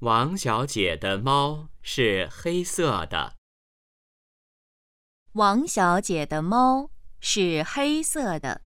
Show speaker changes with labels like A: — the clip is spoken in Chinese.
A: 王小姐的猫是黑色的。
B: 王小姐的猫是黑色的。